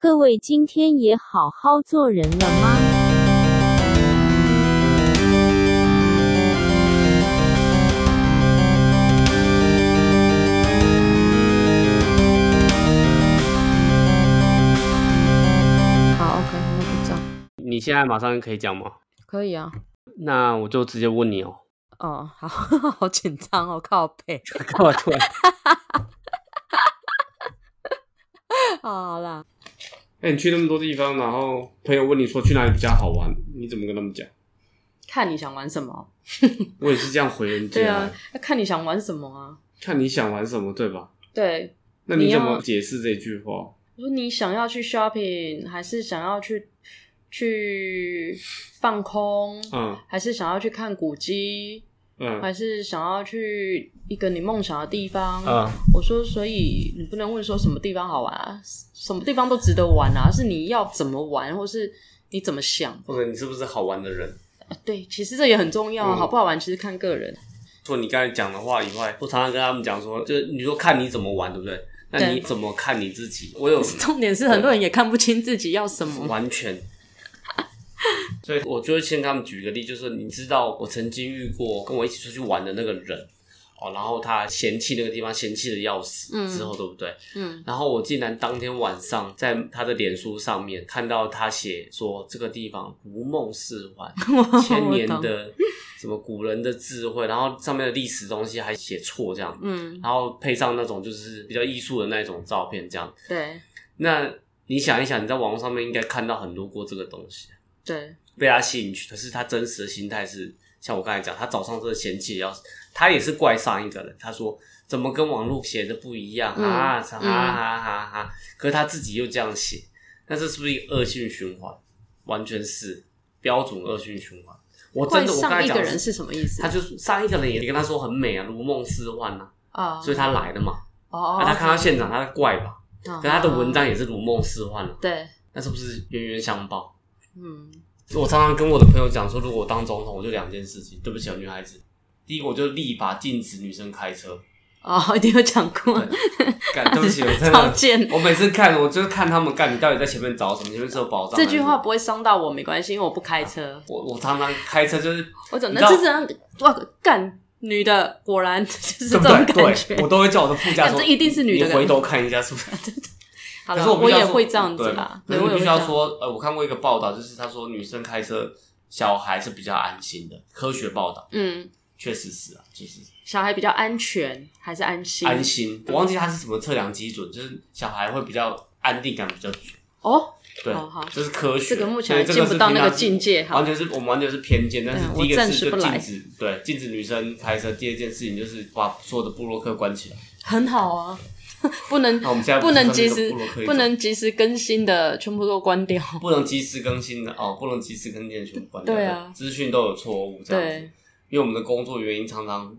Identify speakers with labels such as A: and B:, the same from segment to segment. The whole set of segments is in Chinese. A: 各位今天也好好做人了吗？
B: 好，OK，那就这样，
C: 你现在马上可以讲吗？
B: 可以啊。
C: 那我就直接问你哦。
B: 哦，好， 好紧张哦，靠背。
C: 干嘛突然？
B: 好啦，
C: 哎、你去那么多地方，然后朋友问你说去哪里比较好玩，你怎么跟他们讲？
B: 看你想玩什么。
C: 我也是这样回人家，
B: 对啊，要看你想玩什么啊。
C: 看你想玩什么，对吧？
B: 对，
C: 那你
B: 你要
C: 怎么解释这句话？
B: 我说你想要去 shopping，还是想要去去放空，
C: 嗯
B: 还是想要去看古迹，还
C: 嗯
B: 是想要去一个你梦想的地方？
C: 嗯，
B: 我说，所以你不能问说什么地方好玩啊，什么地方都值得玩啊，是你要怎么玩，或是你怎么想
C: 或者你是不是好玩的人？
B: 啊？对，其实这也很重要啊，
C: 嗯
B: 好不好玩其实看个人。
C: 除了你刚才讲的话以外，我常常跟他们讲说，就是你说看你怎么玩，对不对？那
B: 对
C: 你怎么看你自己？我有
B: 重点是很多人也看不清自己要什么。
C: 完全。所以我就会先给他们举一个例，就是你知道我曾经遇过跟我一起出去玩的那个人哦，然后他嫌弃那个地方嫌弃的要死，
B: 嗯
C: 之后对不对？
B: 嗯，
C: 然后我竟然当天晚上在他的脸书上面看到他写说这个地方如梦似幻，
B: 我
C: 千 年
B: 我懂
C: 的什么古人的智慧，然后上面的历史东西还写错这样，
B: 嗯，
C: 然后配上那种就是比较艺术的那种照片这样。
B: 对
C: 那你想一想，你在网络上面应该看到很多过这个东西，
B: 对，
C: 被他吸引去。可是他真实的心态是，像我刚才讲，他早上真的嫌弃要死，他也是怪上一个人，他说怎么跟网络写的不一样、
B: 嗯
C: 啊，哈
B: 嗯
C: 哈哈哈。可是他自己又这样写，那这是不是一个恶性循环？完全是标准恶性循环。我真
B: 换
C: 的，我刚才
B: 上一
C: 讲
B: 个
C: 的
B: 人是什么意思？
C: 他就是上一个人也跟他说很美啊，如梦似幻啊，
B: 啊，
C: 所以他来了嘛。
B: 哦，
C: 啊，他看到现场，他怪吧？
B: 哦，
C: 可他的文章
B: 哦
C: 也是如梦似幻啊。
B: 对，
C: 那是不是冤冤相报？
B: 嗯
C: 我常常跟我的朋友讲说，如果我当总统，我就两件事情，对不起啊，女孩子。第一个，我就立法禁止女生开 车。
B: 哦，你有讲过，
C: 干，对不起，我 真
B: 超
C: 的，
B: 贱。
C: 我每次看，我就是看他们干，你到底在前面找什么？前面是有保障。
B: 这句话，不会伤到我，没关系，因为我不开车。
C: 我我常常开车就是，
B: 我总
C: 啊你
B: 能
C: 知道
B: 这样哇干女的，果然 就是这
C: 对
B: 种
C: 不对？
B: 感觉
C: 对，。我都会叫我的副驾
B: 干
C: 说，
B: 这一定是女的
C: 你回头看一下是不是？
B: 好
C: 可
B: 了，
C: 是我
B: 我
C: 必须要
B: 也
C: 说
B: 会这样子啦，
C: 对，
B: 对，
C: 可
B: 我也
C: 是我必
B: 会
C: 须
B: 这
C: 要
B: 样。
C: 说，呃，我看过一个报道，就是他说女生开车，小孩是比较安心的，科学报道，
B: 嗯，
C: 确实是啊，就是
B: 小孩比较安全还是安心？
C: 安心。我忘记它是什么测量基准，就是小孩会比较安定感比较足。
B: 哦，
C: 对，
B: 好好
C: 这是科学。
B: 这个目前还
C: 对这
B: 进
C: 个
B: 不到那个
C: 是
B: 境界
C: 平常
B: 哈
C: 完。全是我们完全是偏见。但是
B: 嗯
C: 第一
B: 我
C: 个
B: 暂
C: 是
B: 时
C: 就
B: 不来
C: 禁止，对，禁止女生开车。第二件事情就是把所有的部落客关 起来。
B: 很好啊， 不能
C: 那我们现在
B: 不能
C: 算是
B: 及
C: 一个
B: 时
C: 部落客一
B: 不
C: 种
B: 能及时更新的全部都关掉。
C: 不能及时更新的哦，不能及时更新的全部关掉。
B: 对啊
C: 资讯都有错误这样子
B: 对。
C: 因为我们的工作原因，常常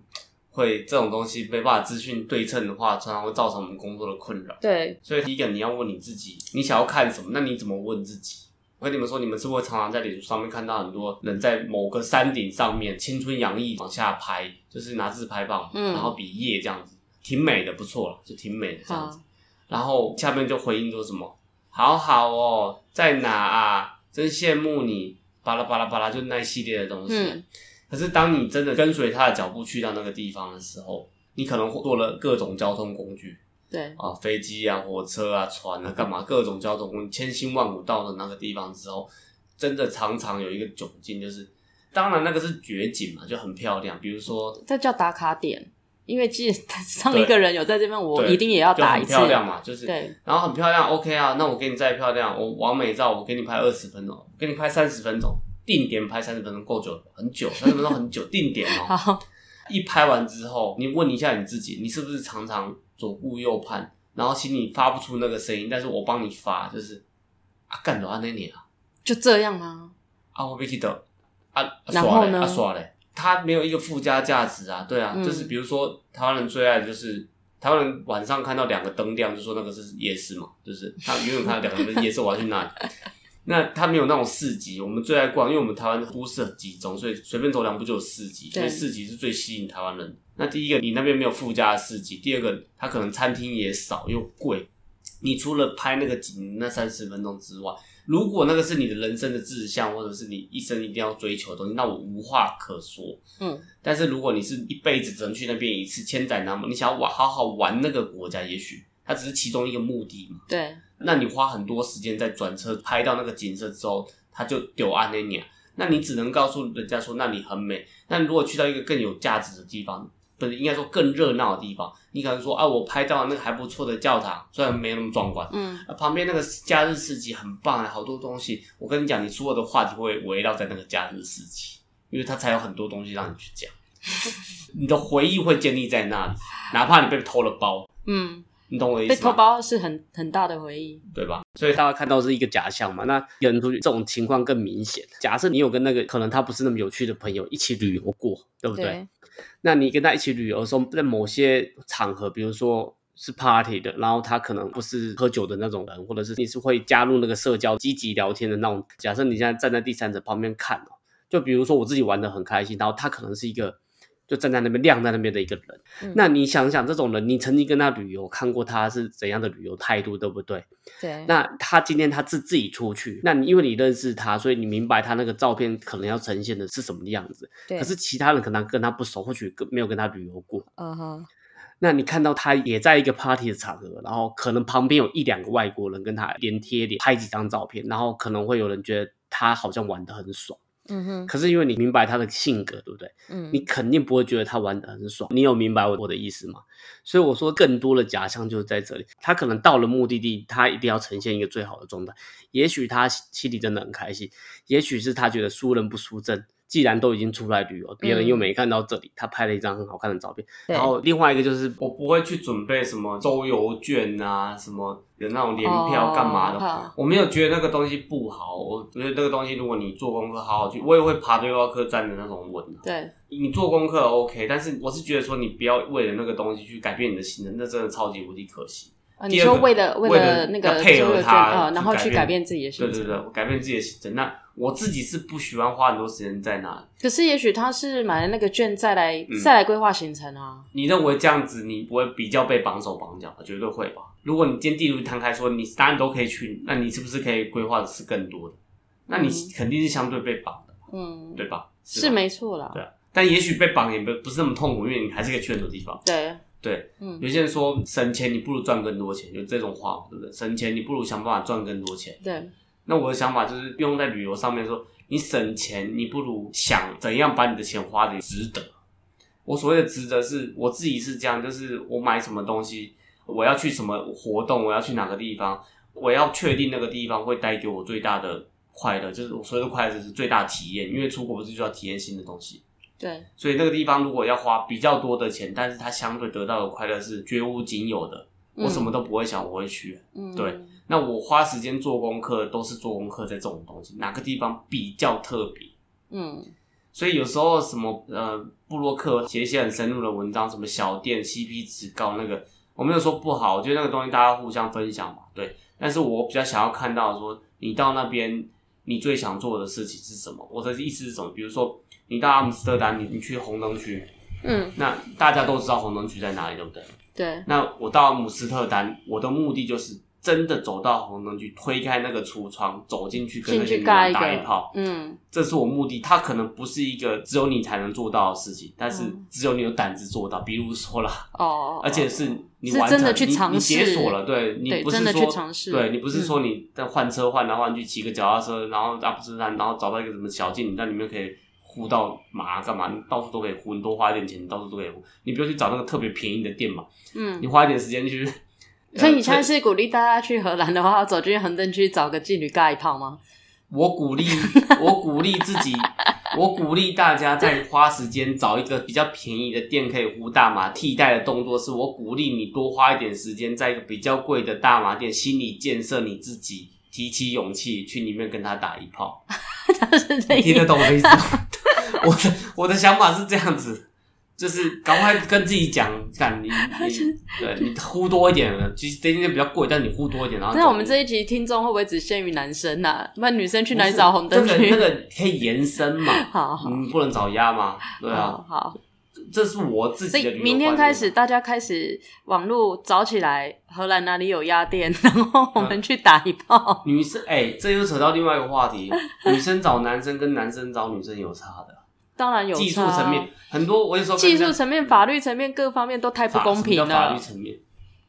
C: 会这种东西没办法资讯对称的话，常常会造成我们工作的困扰。
B: 对，
C: 所以第一个你要问你自己，你想要看什么？那你怎么问自己？我跟你们说，你们是不是常常在脸书上面看到很多人在某个山顶上面青春洋溢往下拍，就是拿自拍棒，
B: 嗯
C: 然后比耶这样子，挺美的，不错了，就挺美的这样子
B: 好。，
C: 然后下面就回应说什么：“好好哦，在哪啊？真羡慕你，巴拉巴拉巴拉，就那一系列的东西。
B: 嗯
C: 可是当你真的跟随他的脚步去到那个地方的时候，你可能做了各种交通工具，
B: 对，
C: 啊，飞机啊、火车啊、船啊，干嘛各种交通工具，千辛万苦到了那个地方之后，真的常常有一个窘境，就是当然那个是绝景嘛，就很漂亮，比如说
B: 这叫打卡点，因为 既上
C: 对
B: 一个人有在这边，我
C: 对
B: 一定也要
C: 就
B: 打
C: 很
B: 一次。
C: 漂亮嘛，就是
B: 对，
C: 然后很漂亮，OK 啊，那我给你再漂亮，我完美照我给你拍二十分钟，我给你拍三十分钟，定点拍三十分钟够久了，很久，三十分钟很久，定点 哦。
B: 好，
C: 一拍完之后，你问一下你自己，你是不是常常左顾右盼，然后心里发不出那个声音，但是我帮你发，就是啊，干着啊那年啊，
B: 就这样啊。
C: 啊我被记得啊，啊
B: 然后
C: 刷嘞
B: 呢
C: 啊刷嘞，它没有一个附加价值啊，对啊，
B: 嗯
C: 就是比如说台湾人最爱的就是。台湾人晚上看到两个灯亮，就说那个是夜市嘛，就是他远远看到两个灯夜市，我要去那里。那他没有那种市集，我们最爱逛，因为我们台湾都市很集中，所以随便走两步就有市集，所
B: 对
C: 以市集是最吸引台湾人的。那第一个，你那边没有附加的市集；第二个，它可能餐厅也少又贵，你除了拍那个景那三十分钟之外，如果那个是你的人生的志向，或者是你一生一定要追求的东西，那我无话可说。
B: 嗯，
C: 但是如果你是一辈子只能去那边一次，千载难逢，你想要玩好好玩那个国家，也许它只是其中一个目的嘛。
B: 对，
C: 那你花很多时间在转车拍到那个景色之后，它就丢安那你啊，那你只能告诉人家说那里很美。那如果去到一个更有价值的地方，不是应该说更热闹的地方，你可能说啊，我拍到那个还不错的教堂，虽然没有那么壮观，
B: 嗯，
C: 啊，旁边那个假日市集很棒啊，好多东西。我跟你讲，你所有的话题会围绕在那个假日市集，因为它才有很多东西让你去讲，你的回忆会建立在那里，哪怕你被偷了包，
B: 嗯，
C: 你懂我的意
B: 被
C: 思吗？
B: 偷包是很很大的回忆，
C: 对吧？所以大家看到是一个假象嘛。那一个人出去，这种情况更明显。假设你有跟那个可能他不是那么有趣的朋友一起旅游过，对不对？
B: 对，
C: 那你跟他一起旅游的时候，在某些场合，比如说是 party 的，然后他可能不是喝酒的那种人，或者是你是会加入那个社交、积极聊天的那种。假设你现在站在第三者旁边看哦，就比如说我自己玩的很开心，然后他可能是一个就站在那边晾在那边的一个人。
B: 嗯
C: 那你想想，这种人，你曾经跟他旅游，看过他是怎样的旅游态度，对不对？
B: 对，
C: 那他今天他自自己出去，那你因为你认识他，所以你明白他那个照片可能要呈现的是什么样子。
B: 对，
C: 可是其他人可能跟他不熟，或许跟没有跟他旅游过。
B: 嗯哼，
C: 那你看到他也在一个 party 的场合，然后可能旁边有一两个外国人跟他连贴脸拍几张照片，然后可能会有人觉得他好像玩的很爽。
B: 嗯哼，
C: 可是因为你明白他的性格，对不对？
B: 嗯
C: 你，肯定不会觉得他玩的很爽。你有明白我我的意思吗？所以我说，更多的假象就是在这里。他可能到了目的地，他一定要呈现一个最好的状态。也许他心里真的很开心，也许是他觉得输人不输阵。既然都已经出来旅游，别人又没看到这里，他拍了一张很好看的照片。
B: 嗯对
C: 然后另外一个就是，我不会去准备什么周游券啊，什么的那种联票干嘛的。
B: 哦好
C: 我没有觉得那个东西不好，我觉得那个东西如果你做功课好好去，我也会爬背包客栈的那种文啊、
B: 对，
C: 你做功课 OK，但是我是觉得说你不要为了那个东西去改变你的行程，那真的超级无敌可惜。
B: 啊，你
C: 第二
B: 说
C: 个
B: 为了
C: 为
B: 了
C: 了
B: 那
C: 要
B: 个
C: 配合
B: 就业券
C: 他
B: 啊，
C: 去
B: 然后
C: 改
B: 去
C: 变
B: 改变自己的
C: 对
B: 行
C: 对
B: 程，
C: 对，我改变自己的行程。那我自己是不喜欢花很多时间在那里。
B: 可是也许他是买了那个券再来、
C: 嗯
B: 再来规划行程啊，
C: 你认为这样子你不会比较被绑手绑脚吧？绝对会吧。如果你今天地图摊开说你当然都可以去，那你是不是可以规划的是更多的？那你
B: 嗯
C: 肯定是相对被绑的，
B: 嗯，
C: 对吧？
B: 是
C: 吧
B: 没错啦，
C: 对啊。但也许被绑也不不是那么痛苦，因为你还是可以去很多地方。
B: 对，
C: 对，
B: 嗯
C: 有，些人说省钱你不如赚更多钱，有这种话嘛，对不对？省钱你不如想办法赚更多钱。
B: 对，
C: 那我的想法就是用在旅游上面说，你省钱你不如想怎样把你的钱花的值得。我所谓的值得是我自己是这样，就是我买什么东西，我要去什么活动，我要去哪个地方，我要确定那个地方会带给我最大的快乐，就是我所谓的快乐就是最大的体验，因为出国不是就要体验新的东西。
B: 对，
C: 所以那个地方如果要花比较多的钱，但是它相对得到的快乐是绝无仅有的。我什么都不会想，我会去。
B: 嗯，
C: 对
B: 嗯，
C: 那我花时间做功课，都是做功课在这种东西，哪个地方比较特别？
B: 嗯，
C: 所以有时候什么呃，布洛克写一些很深入的文章，什么小店 CP 值高那个，我没有说不好，我觉得那个东西大家互相分享嘛，对。但是我比较想要看到说，你到那边你最想做的事情是什么？我的意思是什么？比如说你到阿姆斯特丹，你你去红灯区，
B: 嗯，
C: 那大家都知道红灯区在哪里，对不对？
B: 对，
C: 那我到姆斯特丹，我的目的就是真的走到红灯区，推开那个橱窗，走进去跟那
B: 进
C: 些
B: 去
C: 女
B: 盖
C: 人
B: 一
C: 打一
B: 个
C: 炮，，
B: 嗯，
C: 这是我目的。它可能不是一个只有你才能做到的事情，但是
B: 嗯
C: 只有你有胆子做到。比如说啦，
B: 哦，
C: 而且
B: 哦
C: 是你
B: 是
C: 完成，
B: 真的去
C: 你
B: 尝试
C: 你解锁了，对你
B: 对
C: 不是
B: 真
C: 说
B: 的去尝试
C: 对你不是说
B: 嗯
C: 你在换车换来换去，骑个脚踏车，然后阿不是然后找到一个什么小径，你在里面可以。呼到麻干嘛？你到处都可以呼，你多花一点钱，你到处都可以呼。你不要去找那个特别便宜的店嘛，你
B: 嗯。
C: 花一点时间去。
B: 所以
C: 呃
B: 你现在是鼓励大家去荷兰的话，走进横灯区找个妓女尬一炮吗？
C: 我鼓励，我鼓励自己，我鼓励大家再花时间找一个比较便宜的店可以呼大麻。替代的动作是我鼓励你多花一点时间在一个比较贵的大麻店，心理建设你自己，提起勇气去里面跟他打一炮。
B: 是这
C: 你听
B: 意
C: 得
B: 思？
C: 懂我的意思吗？我的我的想法是这样子。就是赶快跟自己讲，干你你对你呼多一点了，其实这些店比较贵，但你呼多一点，然后
B: 那我们
C: 走
B: 这一集听众会不会只限于男生呐、啊？那女生去哪里
C: 不是
B: 找红灯
C: 这个那
B: 区？
C: 个可以延伸嘛
B: ，好好
C: 嗯，不能找鸭嘛，对啊，
B: 好好，
C: 这是我自
B: 所
C: 己的
B: 以
C: 旅游啊
B: 明天
C: 观念
B: 开始，大家开始网络找起来，荷兰哪里有鸭店， 然后我
C: 嗯
B: 们去打一炮。
C: 女生哎、这又扯到另外一个话题， 女生找男生跟男生找女生有差的，
B: 当然有
C: 技术
B: 差啊
C: 层面很多。我有时候跟
B: 技
C: 人家
B: 术层面、法律层面各方面都太不
C: 法
B: 公平
C: 什么叫法
B: 了
C: 律，层面，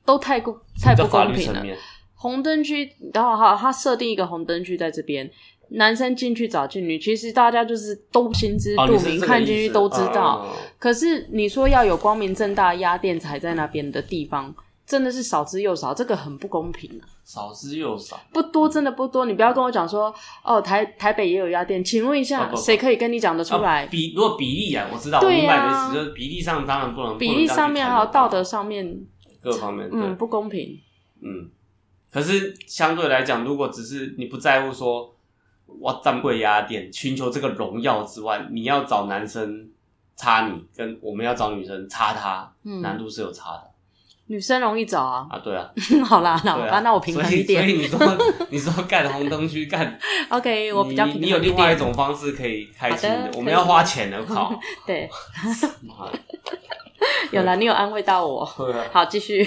B: 都太公太
C: 叫
B: 不
C: 法
B: 公
C: 律
B: 平了
C: 层。面，
B: 红灯区，然后好，他设定一个红灯区在这边，男生进去找妓女，其实大家就是都心知
C: 哦，
B: 肚
C: 你是
B: 明，
C: 这个
B: 看进
C: 意
B: 去
C: 思
B: 都知道。
C: 哦
B: 可是你说要有光明正大的压店才在那边的地方，真的是少之又少，这个很不公平啊！
C: 少之又少。
B: 不多，真的不多。你不要跟我讲说，哦，台台北也有压店，请问一
C: 哦
B: 下，
C: 不不
B: 谁可以跟你讲得出来
C: 啊？比如果比例啊，我知道，我
B: 对啊
C: 明白你的意思，就是比例上当然不能
B: 比例上面还有道德上面，
C: 各方面，对，
B: 嗯，不公平。
C: 嗯，可是相对来讲，如果只是你不在乎说哇站柜压店寻求这个荣耀之外，你要找男生插你，跟我们要找女生插他，
B: 嗯
C: 难度是有差的
B: 女生容易找啊，
C: 啊。对啊，
B: 好啦，那好
C: 对
B: 吧，
C: 啊，
B: 那我平衡一
C: 所
B: 点。
C: 以 所以你说你说干红灯区 干，
B: OK，我比较
C: 你
B: 平衡
C: 你有
B: 一
C: 另外一
B: 点。
C: 种方式可以开心
B: 好
C: 的，
B: 的
C: 我们要
B: 可以
C: 花钱的， 靠，
B: 对，
C: 妈的
B: 有啦，你有安慰到我。
C: 对啊
B: 好，继续。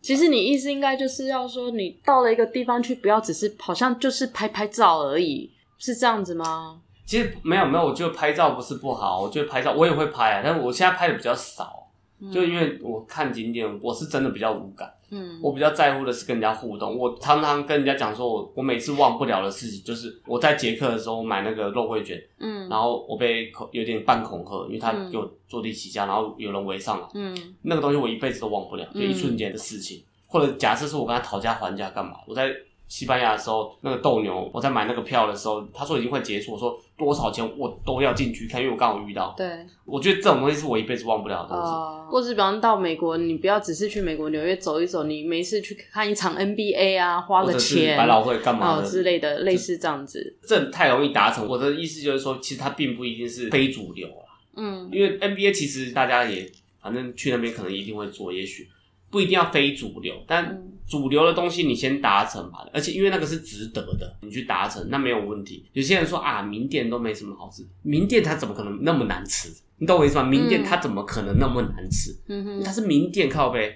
B: 其实你意思应该就是要说，你到了一个地方去，不要只是好像就是拍拍照而已，是这样子吗？
C: 其实没有没有，我觉得拍照不是不好，我觉得拍照我也会拍啊，但是我现在拍的比较少，就因为我看景点，我是真的比较无感，
B: 嗯，
C: 我比较在乎的是跟人家互动。我常常跟人家讲说我，我每次忘不了的事情就是我在捷克的时候买那个肉桂卷，
B: 嗯
C: 然后我被恐有点半恐吓，因为他
B: 嗯
C: 给我坐地起价，然后有人围上来，
B: 嗯
C: 那个东西我一辈子都忘不了，就一瞬间的事情。或者假设是我跟他讨价还价干嘛？我在西班牙的时候，那个斗牛，我在买那个票的时候，他说已经快结束，我说多少钱我都要进去看，因为我刚好遇到。
B: 对
C: 我觉得这种东西是我一辈子忘不了的东西。
B: 啊，或是比方到美国，你不要只是去美国纽约走一走，你没事去看一场 NBA 啊，花
C: 或
B: 个
C: 者是
B: 钱
C: 百老汇干嘛
B: 哦
C: 的、
B: 之类的，类似这样子。
C: 这太容易达成。我的意思就是说，其实它并不一定是非主流啊，
B: 嗯
C: 因为 NBA 其实大家也反正去那边可能一定会做，也许不一定要非主流，但
B: 嗯
C: 主流的东西你先达成吧，而且因为那个是值得的，你去达成那没有问题。有些人说啊，名店都没什么好吃，名店它怎么可能那么难吃？你懂我意思吗？名店
B: 嗯
C: 它怎么可能那么难吃？
B: 嗯哼
C: 它是名店靠背，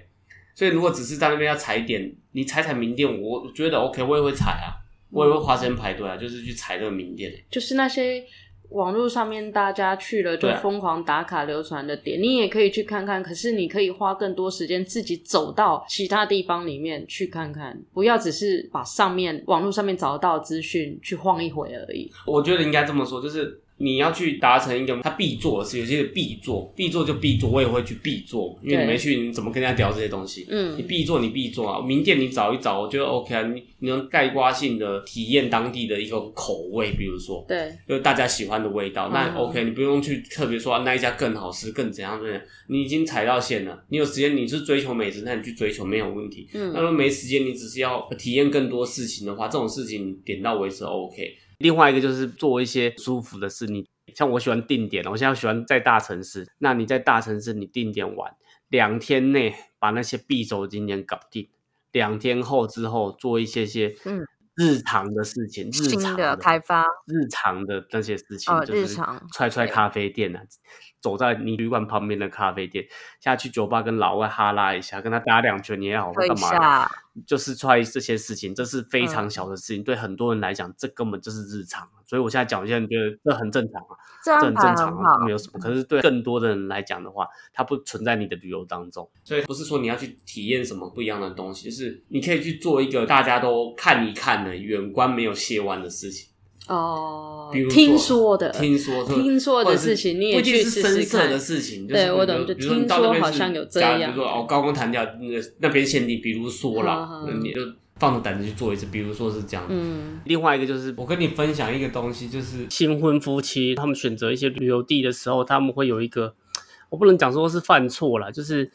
C: 所以如果只是在那边要踩点，你踩踩名店，我觉得 OK，我也会踩啊，
B: 嗯
C: 我也会花时间排队啊，就是去踩这个名店。
B: 就是那些网络上面大家去了就
C: 对啊
B: 疯狂打卡流传的点，你也可以去看看。可是你可以花更多时间自己走到其他地方里面去看看，不要只是把上面网络上面找得到的资讯去晃一回而已。
C: 我觉得应该这么说，就是你要去达成一个他必做的事，有些是必做，必做就必做，我也会去必做，因为
B: 对
C: 你没去，你怎么跟人家聊这些东西？你
B: 嗯
C: 必做，你必做啊！名店你找一找，我觉得 OK 啊。你你能概括性的体验当地的一个口味，比如说，
B: 对，
C: 就是大家喜欢的味道。那
B: 嗯
C: OK，你不用去特别说、啊那一家更好吃、更怎样怎样，你已经踩到线了。你有时间，你是追求美食，那你去追求没有问题。那
B: 嗯
C: 如果没时间，你只是要体验更多事情的话，这种事情点到为止 OK。另外一个就是做一些舒服的事，你像我喜欢定点，我现在喜欢在大城市。那你在大城市，你定点玩两天内把那些必走景点搞定，两天后之后做一些些
D: 嗯
C: 日常的事情，日
D: 新
C: 常
D: 的开发，
C: 日常的那些事情，
D: 哦
C: 就是
D: 日常
C: 踹踹咖啡店啊，走在你旅馆旁边的咖啡店，下去酒吧跟老外哈拉一下，跟他打两拳也好，或
D: 对一
C: 干嘛的，
D: 下，
C: 就是踹这些事情，这是非常
D: 嗯
C: 小的事情，对很多人来讲，这根本就是日常。啊所以我现在讲，我现在觉得这很正常啊，
D: 这
C: 这
D: 安
C: 很
D: 排
C: 正
D: 很
C: 常
D: 好
C: 啊，这没有什么。可是对更多的人来讲的话，它不存在你的旅游当中。所以不是说你要去体验什么不一样的东西，就是你可以去做一个大家都看一看的远观没有亵玩的事情。
B: 哦
C: 比如，
B: 听说的，
C: 听说的
B: 听说的
C: 或者是
B: 事情你也
C: 不一定
B: 去
C: 是
B: 试
C: 深
B: 试
C: 色
B: 看
C: 的事情，就
B: 对
C: 是
B: 我
C: 比如
B: 懂就
C: 比如说
B: 听
C: 你到那
B: 说
C: 边
B: 好
C: 是
B: 像有这
C: 假
B: 样
C: 比如说哦，高空弹跳那那边限定，比如说啦
B: 嗯，
C: 那
B: 嗯
C: 你就放着胆子去做一次，比如说是这样。
B: 嗯
C: 另外一个就是，我跟你分享一个东西，就是新婚夫妻他们选择一些旅游地的时候，他们会有一个，我不能讲说是犯错啦，就是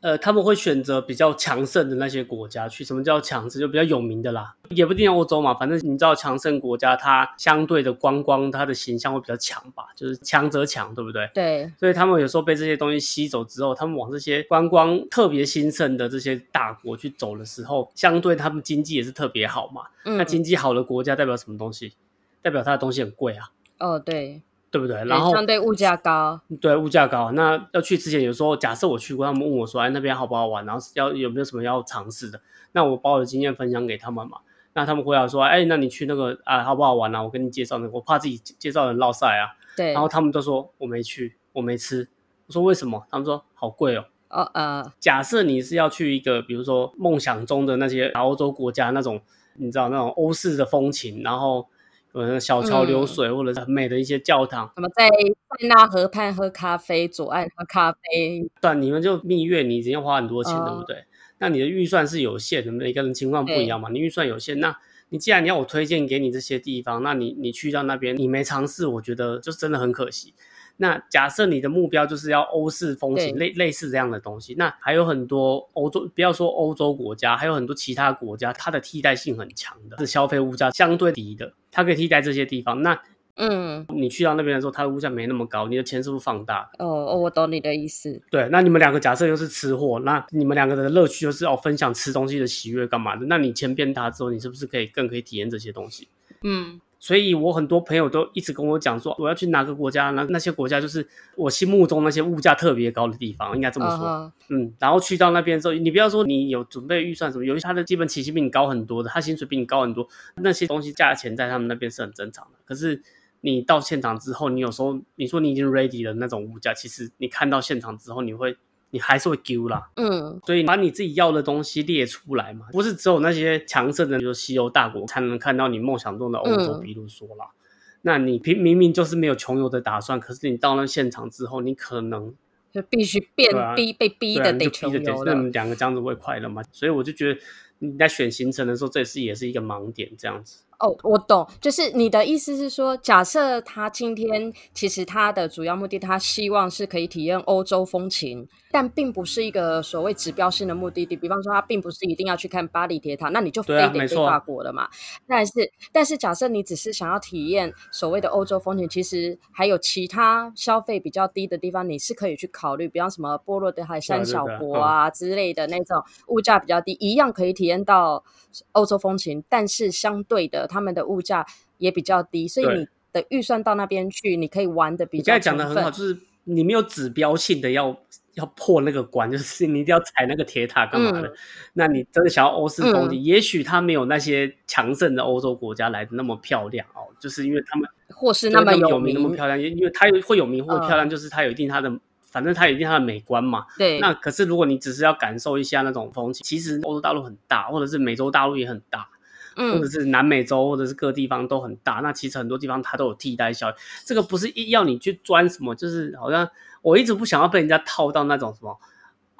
C: 呃，他们会选择比较强盛的那些国家去。什么叫强盛？就比较有名的啦，也不一定要欧洲嘛，反正你知道强盛国家它相对的观光，它的形象会比较强吧，就是强则强，对不对？
D: 对，
C: 所以他们有时候被这些东西吸走之后，他们往这些观光特别兴盛的这些大国去走的时候，相对他们经济也是特别好嘛。
D: 嗯
C: 那，经济好的国家代表什么东西？代表它的东西很贵啊。
D: 哦，对，
C: 对不对？
B: 对
C: 然后
B: 相对物价高，
C: 对物价高，那要去之前有时候假设我去过，他们问我说，哎，那边好不好玩？然后要有没有什么要尝试的？那我把我的经验分享给他们嘛。那他们回答说，哎，那你去那个啊好不好玩啊？我跟你介绍那个，我怕自己介介绍人落赛啊。
B: 对，
C: 然后他们都说我没去，我没吃。我说为什么？他们说好贵哦。
B: 哦呃，
C: 假设你是要去一个，比如说梦想中的那些欧洲国家那种，你知道那种欧式的风情，然后有那小桥流水，或者是很美的一些教堂，
B: 什么在塞纳河畔喝咖啡，左岸喝咖啡，
C: 但你们就蜜月，你已经要花很多钱，
B: 哦
C: 对不对？那你的预算是有限的，每个人情况不一样嘛，你预算有限，那你既然你要我推荐给你这些地方，那你你去到那边你没尝试，我觉得就真的很可惜。那假设你的目标就是要欧式风情，
B: 对
C: 类类似这样的东西，那还有很多欧洲，不要说欧洲国家，还有很多其他国家，它的替代性很强的，是消费物价相对低的，它可以替代这些地方。那
B: 嗯，
C: 你去到那边的时候，它的物价没那么高，你的钱是不是放大？
B: 哦哦，我懂你的意思，
C: 对，那你们两个假设又是吃货，那你们两个的乐趣就是哦，分享吃东西的喜悦干嘛的？那你钱变大之后，你是不是可以更可以体验这些东西？
E: 嗯，
C: 所以我很多朋友都一直跟我讲说，我要去哪个国家，那那些国家就是我心目中那些物价特别高的地方，应该这么说。
B: 啊哈
C: 嗯，然后去到那边之后，你不要说你有准备预算什么，由于他的基本起薪比你高很多的，他薪水比你高很多，那些东西价钱在他们那边是很正常的。可是你到现场之后，你有时候你说你已经 ready 了那种物价，其实你看到现场之后，你会你还是会丢啦。
B: 嗯，
C: 所以把你自己要的东西列出来嘛，不是只有那些强盛的，比如西欧大国才能看到你梦想中的欧
B: 嗯
C: 洲，比如说啦。那你平明明就是没有穷游的打算，可是你到了现场之后，你可能
B: 就必须变
C: 对啊
B: 逼被逼
C: 对
B: 的
C: 啊你
B: 得
C: 就逼
B: 穷
C: 着得
B: 游
C: 那你
B: 了，
C: 们两个这样子会快乐吗？所以我就觉得你在选行程的时候，这也是也是一个盲点，这样子。
B: 哦，我懂，就是你的意思是说，假设他今天其实他的主要目的，他希望是可以体验欧洲风情，但并不是一个所谓指标性的目的地。比方说，他并不是一定要去看巴黎铁塔，那你就非
C: 对啊
B: 得
C: 没
B: 飞
C: 错
B: 法
C: 啊
B: 国了嘛。但是，但是假设你只是想要体验所谓的欧洲风情，其实还有其他消费比较低的地方，你是可以去考虑，比方什么波罗的海
C: 对
B: 三
C: 啊对
B: 小
C: 对啊
B: 国
C: 嗯
B: 啊之类的那种物价比较低，一样可以体验到欧洲风情，但是相对的，他们的物价也比较低，所以
C: 对
B: 你的预算到那边去，你可以玩的比
C: 你
B: 较
C: 刚才讲的很好，
B: 充分
C: 就是你没有指标性的要要破那个关， 就是你一定要踩那个铁塔干嘛的。
B: 嗯
C: 那你真的想要欧式风景，也许它没有那些强盛的欧洲国家来的那么漂亮哦，就是因为他们
B: 或是
C: 对
B: 那么
C: 有
B: 名，嗯
C: 那么漂亮，因因为它会有名或漂亮，就是它有一定它的，反正它有一定它的美观嘛。
B: 对，
C: 那可是如果你只是要感受一下那种风情，其实欧洲大陆很大，或者是美洲大陆也很大，或
B: 嗯
C: 者，是南美洲，或者是各地方都很大。那其实很多地方它都有替代效应，这个不是一要你去钻什么，就是好像我一直不想要被人家套到那种什么。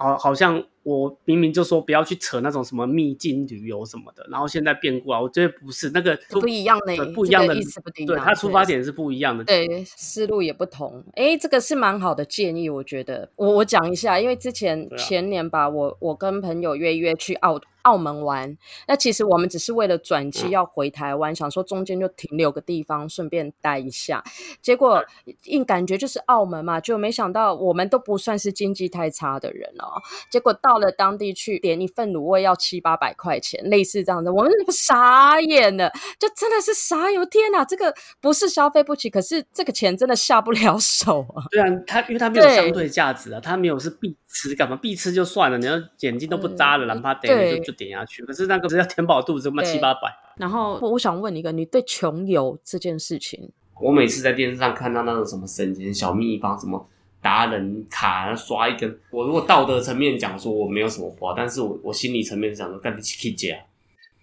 C: 好，好像我明明就说不要去扯那种什么秘境旅游什么的，然后现在变过来，我觉得不是那个
B: 不一样嘞
C: 对不一样
B: 这
C: 的
B: 个意思不一样
C: 对，它出发
B: 对
C: 点是不一样的，
B: 对，思路也不同。诶，这个是蛮好的建议，我觉得。我我讲一下，因为之前、
C: 对啊
B: 前年吧，我我跟朋友约约去澳澳门玩，那其实我们只是为了转
C: 嗯
B: 机要回台湾，想说中间就停留个地方，顺便待一下。结果硬感觉就是澳门嘛，就没想到我们都不算是经济太差的人哦。结果到了当地去点一份卤味要七八百块钱，类似这样的，我们傻眼了。就真的是啥油天啊呐，这个不是消费不起，可是这个钱真的下不了手啊。
C: 对啊，它因为它没有
B: 对
C: 相对价值啊，它没有是必吃干嘛？必吃就算了，你要眼睛都不眨了，懒怕点
B: 嗯
C: 了
B: 对
C: 就就点下去。可是那个只要填饱肚子，他妈
B: 对
C: 七八百。
E: 然后
B: 我我想问你一个，你对穷游这件事情，
F: 我每次在电视上看到那种什么省钱小秘方，什么达人卡刷一根，我如果道德层面讲说我没有什么花，但是我我心理层面讲说干你去姐啊，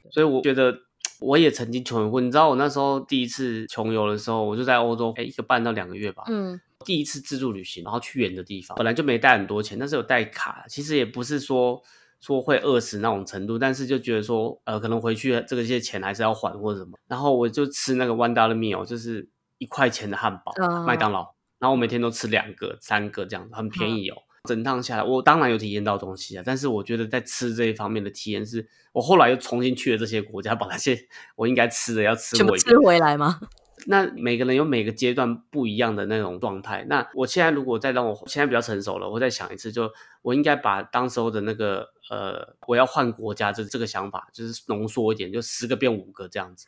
C: 所以我觉得我也曾经穷过，你知道我那时候第一次穷游的时候，我就在欧洲哎一个半到两个月吧，
B: 嗯
C: 第一次自助旅行，然后去远的地方，本来就没带很多钱，但是有带卡，其实也不是说说会饿死那种程度，但是就觉得说，呃，可能回去这个些钱还是要还或者什么，然后我就吃那个 one dollar meal，就是哦一块钱的汉堡，
B: 啊
C: 麦当劳，然后我每天都吃两个、三个这样，很便宜哦。
B: 嗯
C: 整趟下来，我当然有体验到东西啊，但是我觉得在吃这一方面的体验是，我后来又重新去了这些国家，把那些我应该吃的要吃
B: 全部
C: 过一遍
B: 吃，回来吗？
C: 那每个人有每个阶段不一样的那种状态。那我现在如果再让我现在比较成熟了，我再想一次就，我应该把当时候的那个呃，我要换国家这这个想法，就是浓缩一点，就十个变五个这样子。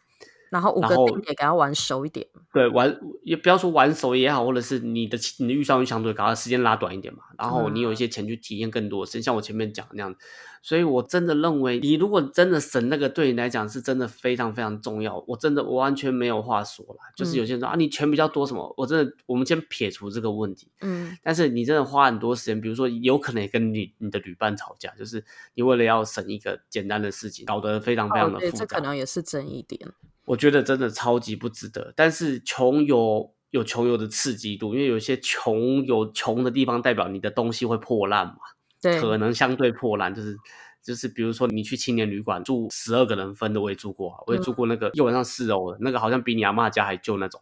B: 然后五
C: 然
B: 个
C: 后
B: 定点给他玩熟一点。
C: 对，玩也不要说玩熟也好，或者是你的你的预算相对高，时间拉短一点嘛，然后你有
B: 嗯
C: 一些钱去体验更多的事，像我前面讲的那样。所以我真的认为，你如果真的省那个，对你来讲是真的非常非常重要。我真的我完全没有话说啦，就是有
B: 嗯
C: 些人说、啊，你钱比较多什么，我真的我们先撇除这个问题，
B: 嗯
C: 但是你真的花很多时间，比如说有可能也跟你你的旅伴吵架，就是你为了要省一个简单的事情，搞得非常非常
B: 哦，
C: 的
B: 对，
C: 复
B: 这
C: 杂。
B: 可能也是真一点。
C: 我觉得真的超级不值得。但是穷游有穷游的刺激度，因为有些穷有穷的地方，代表你的东西会破烂嘛，
B: 对，。
C: 可能相对破烂就是。就是比如说，你去青年旅馆住十二个人分的，我也住过啊，我也住过那个一晚上四欧的，那个好像比你阿嬷家还旧那种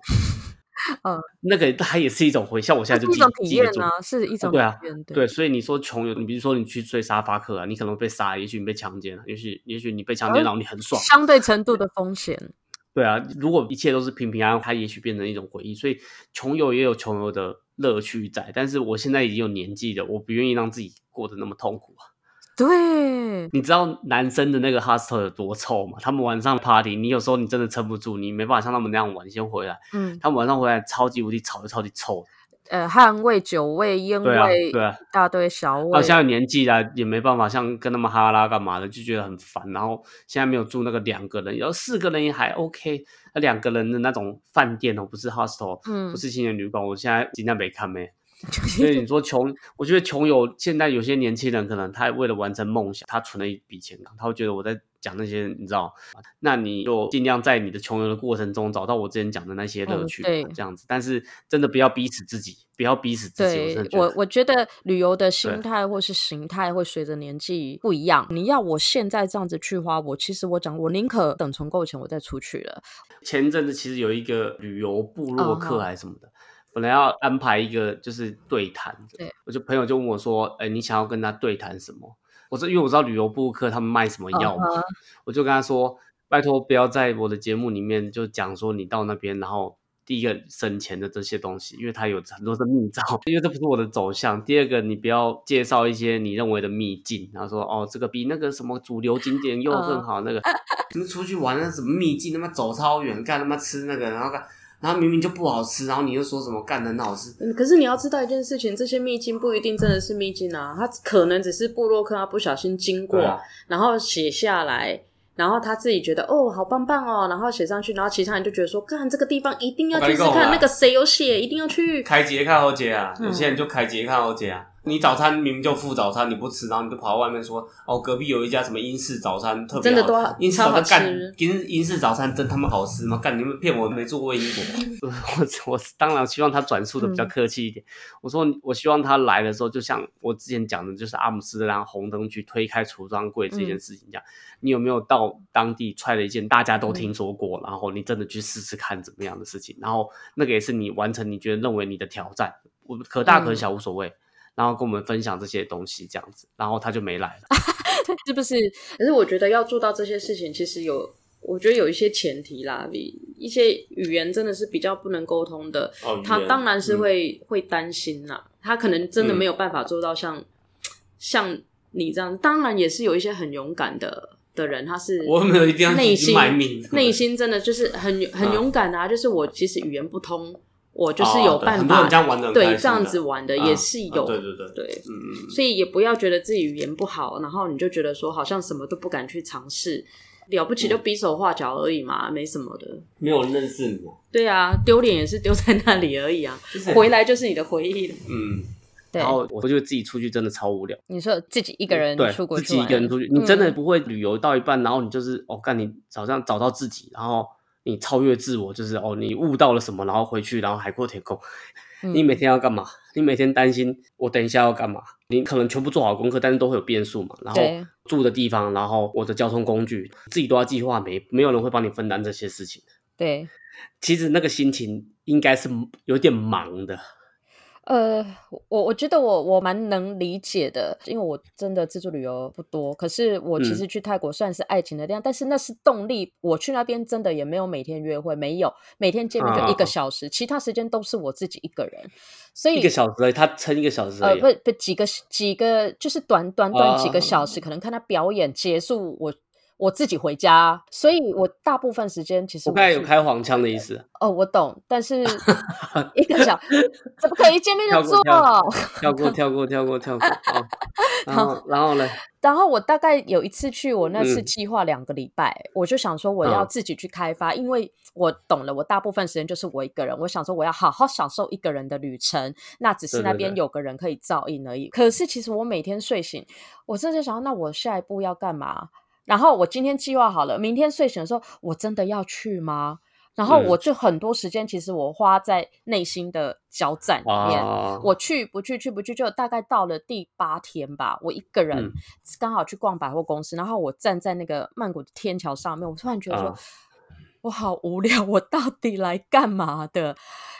B: 嗯，
C: 那个它也是一种回，像我现在
B: 是
C: 就
B: 一种
C: 记
B: 体
C: 记得
B: 验
C: 住
B: 啊，是一种体
C: 对啊
B: 验。
C: 对，，所以你说穷游，你比如说你去睡沙发客啊，你可能被杀，也许你被强奸了，也许也许你被强奸，
B: 嗯
C: 然后你很爽。
B: 相对程度的风险。
C: 对啊，如果一切都是平平安安，它也许变成一种回忆。所以穷游也有穷游的乐趣在，但是我现在已经有年纪了，我不愿意让自己过得那么痛苦啊。
B: 对，
C: 你知道男生的那个 hostel 有多臭吗？他们晚上 party，你有时候你真的撑不住，你没办法像他们那样玩，你先回来。
B: 嗯，
C: 他们晚上回来超级无敌吵，又超级臭的。
B: 呃，汗味、酒味、烟
C: 对啊
B: 味，
C: 对啊
B: 一大堆小味。
C: 到现在年纪了，也没办法像跟他们哈拉干嘛的，就觉得很烦。然后现在没有住那个两个人，然后四个人也还 OK，那两个人的那种饭店哦，不是 hostel，
B: 嗯
C: 不是青年旅馆，我现在尽量没看没。所以你说穷，我觉得穷有现在有些年轻人可能他为了完成梦想，他存了一笔钱，他会觉得我在讲那些，你知道？那你就尽量在你的穷游的过程中找到我之前讲的那些乐
B: 嗯
C: 趣吧，
B: 对
C: 这样子。但是真的不要逼死自己，不要逼死自己。我真
B: 对
C: 的觉
B: 我
C: 得，，
B: 我觉得旅游的心
C: 对
B: 态或是形态会随着年纪不一样。你要我现在这样子去花，我其实我讲，我宁可等存够钱我再出去了。
C: 前阵子其实有一个旅游部落
B: 嗯
C: 客
B: 哼
C: 还是什么的，本来要安排一个就是对谈，
B: 对，
C: 我就朋友就问我说，哎、你想要跟他对谈什么？我说因为我知道旅游部落客他们卖什
B: 嗯
C: 么药嘛，我就跟他说，拜托不要在我的节目里面就讲说你到那边，然后。第一个省钱的这些东西，因为它有很多是秘招， 因为这不是我的走向。第二个，你不要介绍一些你认为的秘境，然后说哦，这个比那个什么主流景点又更好，那个你们出去玩那什么秘境，他妈走超远，干他妈吃那个，然后干，然后明明就不好吃，然后你又说什么干很好吃，
E: 嗯，可是你要知道一件事情，这些秘境不一定真的是秘境啊，它可能只是布洛克他不小心经过，
C: 对啊
E: 然后写下来，然后他自己觉得哦好棒棒哦，然后写上去，然后其他人就觉得说，干这个地方一定要
F: 我
E: 去
F: 跟你
E: 试
F: 讲
E: 看，
F: 啊
E: 那个谁有写，一定要去。
F: 开节看后节啊，
E: 嗯
F: 有些人就开节看后节啊。你早餐明明就付早餐，你不吃，然后你就跑到外面说，哦，隔壁有一家什么英式早餐特别啊
E: 真的
F: 好
E: 都好
F: 英式早
E: 超好
F: 餐
E: 吃
F: 干，英英式早餐真他妈好吃吗？干，你们骗我没住过英国，
C: 我我当然希望他转述的比较
B: 嗯
C: 客气一点。我说我希望他来的时候，就像我之前讲的，就是阿姆斯特丹红灯区推开橱窗柜这件事情一样，你有没有到当地踹了一件大家都听说
F: 嗯
C: 过，然后你真的去试试看怎么样的事情，然后那个也是你完成你觉得认为你的挑战，我可大可
E: 嗯
C: 小无所谓。然后跟我们分享这些东西，这样子，然后他就没来了。
B: 是不是？
E: 可是我觉得要做到这些事情，其实有。我觉得有一些前提啦，比一些语言真的是比较不能沟通的，
F: 哦，
E: 他
F: 语言
E: 当然是会、会担心啦，他可能真的
C: 嗯
E: 没有办法做到像、像你这样，当然也是有一些很勇敢的的人，他是
F: 我没有一定要去
E: 内心
F: 卖命
E: 内心真的就是很很勇敢啊，就是我其实语言不通，我就是
F: 哦
E: 有
F: 对
E: 办
F: 很多
E: 法、
F: 人这样玩的
E: 对这样子玩的、
F: 啊
E: 也是有、
F: 对对对，
E: 对
F: 嗯嗯嗯。
E: 所以也不要觉得自己语言不好，然后你就觉得说好像什么都不敢去尝试，了不起就比手画脚而已
F: 嗯
E: 嘛，没什么的。
F: 没有人认识你啊，
E: 对啊，丢脸也是丢在那里而已 啊，
F: 就是
E: 回来就是你的回忆了。
F: 嗯，
B: 对
C: 然，后我就自己出去真的超无聊，
B: 你说自己一个人
C: 嗯对，
B: 出国
C: 自
B: 去
C: 己一
B: 玩，
C: 个人出去，
B: 嗯
C: 你真的不会旅游到一半，然后你就是哦，干你好像找到自己，然后你超越自我，就是哦，你悟到了什么，然后回去，然后海阔天空。
E: 嗯
C: 你
B: 嗯
C: 每天要干嘛？你每天担心我等一下要干嘛？你可能全部做好功课，但是都会有变数嘛。然后
B: 对
C: 住的地方，然后我的交通工具，自己都要计划，没没有人会帮你分担这些事情。
B: 对。
C: 其实那个心情应该是有点忙的，
B: 呃，我我觉得我我蛮能理解的，因为我真的自助旅游不多，可是我其
C: 嗯
B: 实去泰国算是爱情的量，但是那是动力。我去那边真的也没有每天约会，没有每天见面就一个
C: 啊
B: 小时，其他时间都是我自己一个人，所以
C: 一个小时而已，他撑一个小时
B: 嗯
C: 而
B: 呃
C: 已啊。
B: 不不几个几个就是短短短几个
C: 啊
B: 小时，可能看他表演结束我。我自己回家，所以我大部分时间其实
C: 我刚才
B: 是
C: 有开黄腔的意思，
B: 哦，我懂，但 是一个小怎么可以一见面
C: 跳
B: 就
C: 过
B: 做？。
C: 跳过跳过跳过跳过跳过啊 然后然后呢？
B: 然后我大概有一次去，我那次
C: 嗯
B: 计划两个礼拜，我就想说我要
C: 嗯
B: 自己去开发，因为我懂了，我大部分时间就是我一个人，我想说我要好好享受一个人的旅程，那只是
C: 对
B: 那
C: 对
B: 边
C: 对
B: 有个人可以照应而已。可是其实我每天睡醒，我真的想，那我下一步要干嘛？然后我今天计划好了，明天睡醒的时候，我真的要去吗？然后
C: 嗯
B: 我就很多时间，其实我花在内心的交战里面。
C: 啊，
B: 我去不去去不去，就大概到了第八天吧，我一个人
C: 嗯
B: 刚好去逛百货公司，然后我站在那个曼谷的天桥上面，我突然觉得说，
C: 啊
B: 我好无聊，我到底来干嘛的？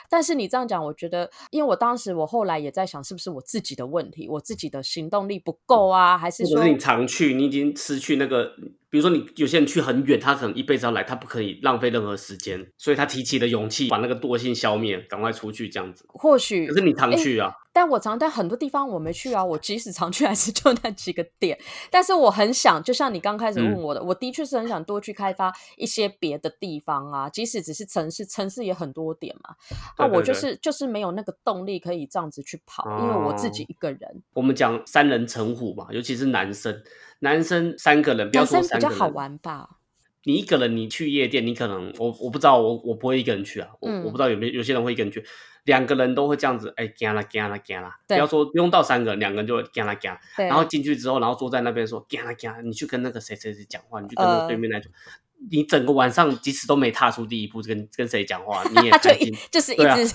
B: 但是你这样讲，我觉得，因为我当时我后来也在想，是不是我自己的问题，我自己的行动力不够啊，还是
C: 或
B: 说
C: 者是你常去，你已经失去那个，比如说你有些人去很远，他可能一辈子要来，他不可以浪费任何时间，所以他提起了勇气，把那个惰性消灭，赶快出去这样子。
B: 或许
C: 可是你常
B: 诶
C: 去啊，
B: 但我常但很多地方我没去啊，我即使常去还是就那几个点。但是我很想，就像你刚开始问
C: 嗯
B: 我的，我的确是很想多去开发一些别的地方啊，即使只是城市，城市也很多点嘛。
C: 对
B: 啊，我
C: 对
B: 就
C: 对
B: 是就是没有那个动力可以这样子去跑，因为我自己
C: 哦
B: 一个人，
C: 我们讲三人成虎嘛，尤其是男生，男生三个人，不要
B: 男
C: 说
B: 生
C: 三
B: 比较
C: 个人，
B: 好玩吧？
C: 你一个人你去夜店，你可能我我不知道，我我不会一个人去啊，我、
B: 嗯
C: 我不知道有没有有些人会一个人去，两个人都会这样子，哎，干啦干啦干啦，不
B: 对
C: 要说不用到三个人，两个人就会干啦干啦，
B: 对，啊
C: 然后进去之后，然后坐在那边说干啦干啦，你去跟那个谁谁谁讲话，你去跟那个
B: 呃
C: 对面那种。你整个晚上即使都没踏出第一步，跟跟谁讲话， 你也
B: 他就
C: 开
B: 一
C: 心，
B: 就是一
C: 对啊
B: 直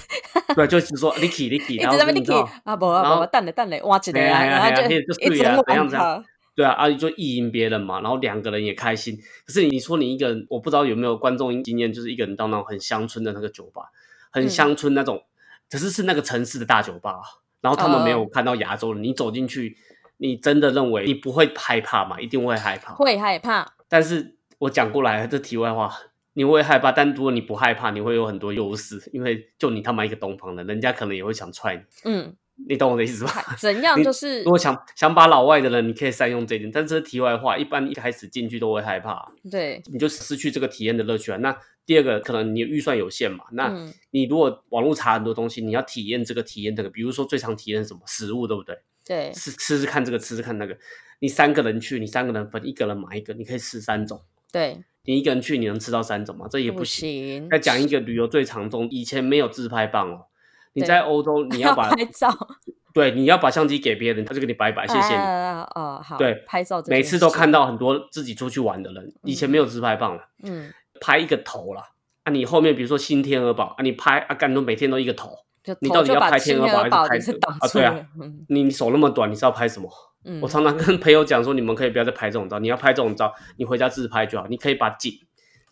C: 对，就是说 Licky Licky，
B: 一直
C: 然后
B: 在那
C: 你
B: 边
C: 知道
B: Dicky 啊，不啊
C: 然
B: 不啊，
C: 后
B: 蛋了蛋了，哇起来
C: 嘿
B: 啊，
C: 啊嘿啊
B: 然后
C: 嘿啊嘿
B: 一
C: 就是
B: 直
C: 啊怎
B: 玩
C: 样怎样
B: 他。
C: 对啊，啊就意淫别人嘛，然后两个人也开心。可是你说你一个人，我不知道有没有观众经验，就是一个人到那种很乡村的那个酒吧，很
B: 嗯
C: 乡村那种，可是是那个城市的大酒吧啊，然后他们没有
B: 哦
C: 看到亚洲人，你走进去，你真的认为你不会害怕嘛？一定会害怕。
B: 会害怕，
C: 但是我讲过来这题外话，你会害怕，但如果你不害怕，你会有很多优势，因为就你他妈一个东方人，人家可能也会想踹你，
B: 嗯，
C: 你懂我的意思吧？
B: 还怎样
C: 你
B: 就是
C: 如果想想把老外的人，你可以善用这一点，但是题外话，一般一开始进去都会害怕，
B: 对，
C: 你就失去这个体验的乐趣啊。那第二个，可能你预算有限嘛，那
B: 嗯，
C: 你如果网络查很多东西，你要体验这个体验这个，比如说最常体验什么食物，对不对？
B: 对，
C: 吃吃吃看这个，吃吃看那个。你三个人去，你三个人分，一个人买一个，你可以吃三种。
B: 对，
C: 你一个人去，你能吃到三种吗？这也
B: 不
C: 不行。
B: 行。
C: 再讲一个旅游最常中，以前没有自拍棒哦。你
B: 对
C: 在欧洲，你要把
B: 拍照，
C: 对，你要把相机给别人，他就给你拜拜，谢谢你。
B: 啊哦，好，
C: 对
B: 拍照这
C: 每
B: 件
C: 次都
B: 事
C: 看，到很多自己出去玩的人，以前没有自拍棒了，
B: 嗯，
C: 拍一个头啦。啊，你后面比如说新天鹅堡啊，你拍啊，干都每天都一个头，
B: 就
C: 你
B: 头
C: 到底
B: 就
C: 要
B: 把
C: 拍
B: 金
C: 天鹅堡还是
B: 堡
C: 拍
B: 就是
C: 这个
B: 挡
C: 啊
B: 住
C: 对啊
B: 了，嗯
C: 你你手那么短，你是要拍什么？
B: 嗯，
C: 我常常跟朋友讲说，你们可以不要再拍这种照，你要拍这种照，你回家自拍就好，你可以把景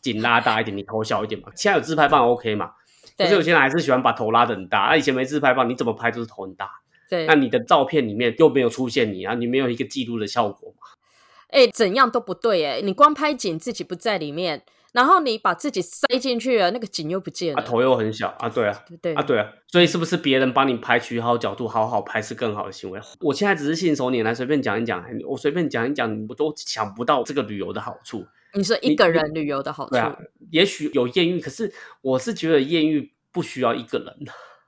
C: 景拉大一点，你头小一点嘛。现在有自拍棒 OK 嘛？可是有
B: 对
C: 些人还是喜欢把头拉得很大，啊，以前没自拍棒，你怎么拍都是头很大，
B: 对，
C: 那你的照片里面又没有出现你啊，你没有一个记录的效果嘛？
B: 哎，怎样都不对哎，你光拍景自己不在里面，然后你把自己塞进去了，那个景又不见
C: 啊，
B: 了，
C: 头又很小啊，对啊，
B: 对
C: 啊，，对啊，所以是不是别人帮你排取好角度，好好拍是更好的行为？我现在只是信手拈来，随便讲一讲，我随便讲一讲，我都想不到这个旅游的好处。
B: 你说一
C: 你
B: 个
C: 你
B: 人旅游的好处
C: 对，啊，也许有艳遇，可是我是觉得艳遇不需要一个人，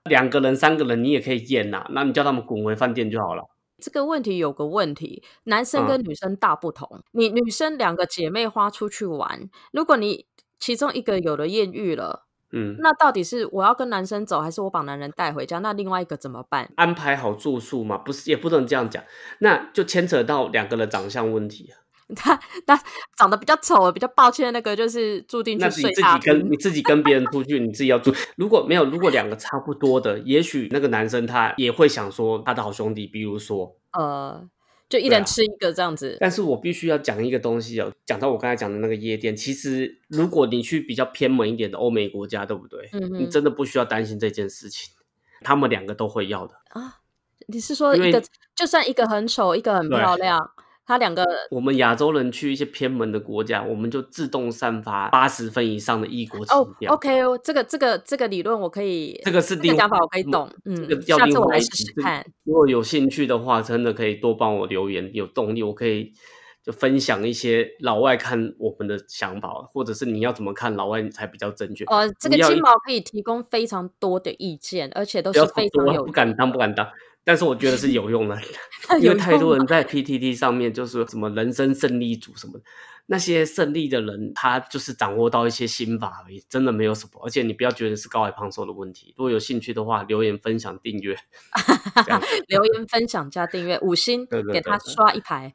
C: 两个人、三个人你也可以艳呐、那你叫他们滚回饭店就好了。
B: 这个问题有个问题，男生
C: 嗯
B: 跟女生大不同。你女生两个姐妹花出去玩，如果你其中一个有了艳遇了，
C: 嗯，
B: 那到底是我要跟男生走，还是我把男人带回家？那另外一个怎么办？
C: 安排好住宿嘛，不是也不能这样讲，那就牵扯到两个人长相问题啊。
B: 他他 长得比较丑、比较抱歉的那个，就是注定
C: 那
B: 去
C: 你
B: 睡
C: 自
B: 大
C: 己
B: 厅
C: 跟。你自己跟别人出去，你自己要住。如果没有，如果两个差不多的，也许那个男生他也会想说他的好兄弟，比如说，
B: 呃，就一
C: 对
B: 人
C: 啊
B: 吃一个这样子。
C: 但是我必须要讲一个东西哦，讲到我刚才讲的那个夜店，其实如果你去比较偏门一点的欧美国家，对不对？
B: 嗯哼
C: 你真的不需要担心这件事情，他们两个都会要的。
B: 啊，你是说
C: 因
B: 一个
C: 为
B: 就算一个很丑，一个很
C: 对
B: 漂亮，他两个
C: 我们亚洲人去一些偏门的国家，我们就自动散发八十分以上的异国情
B: 哦
C: 调。
B: ，OK，哦，这个这个这个理论我可以，
C: 这个是
B: 这
C: 另
B: 个讲法
C: 外
B: 我可以
C: 嗯
B: 懂，嗯，
C: 这个要
B: 下
C: 另
B: 次我
C: 外
B: 来
C: 一
B: 试
C: 集
B: 试
C: 这
B: 看。
C: 如果有兴趣的话，真的可以多帮我留言，有动力我可以就分享一些老外看我们的想法，或者是你要怎么看老外才比较正确。
B: 呃，这个
C: 你要
B: 金
C: 一
B: 毛可以提供非常多的意见，而且都
C: 不
B: 是
C: 要
B: 非
C: 多
B: 常
C: 了
B: 有
C: 不敢当，不敢当。但是我觉得是有用的，因
B: 有
C: 为太
B: 用啊
C: 多
B: 吗
C: 人在 PTT 上面就是说什么人生胜利组什么的，那些胜利的人他就是掌握到一些心法而已，真的没有什么。而且你不要觉得是高矮胖瘦的问题，如果有兴趣的话，留言、分享、订阅，这样。
B: 留言、分享加订阅，五星
C: 对对
B: 给
C: 对
B: 他
C: 对
B: 刷一排。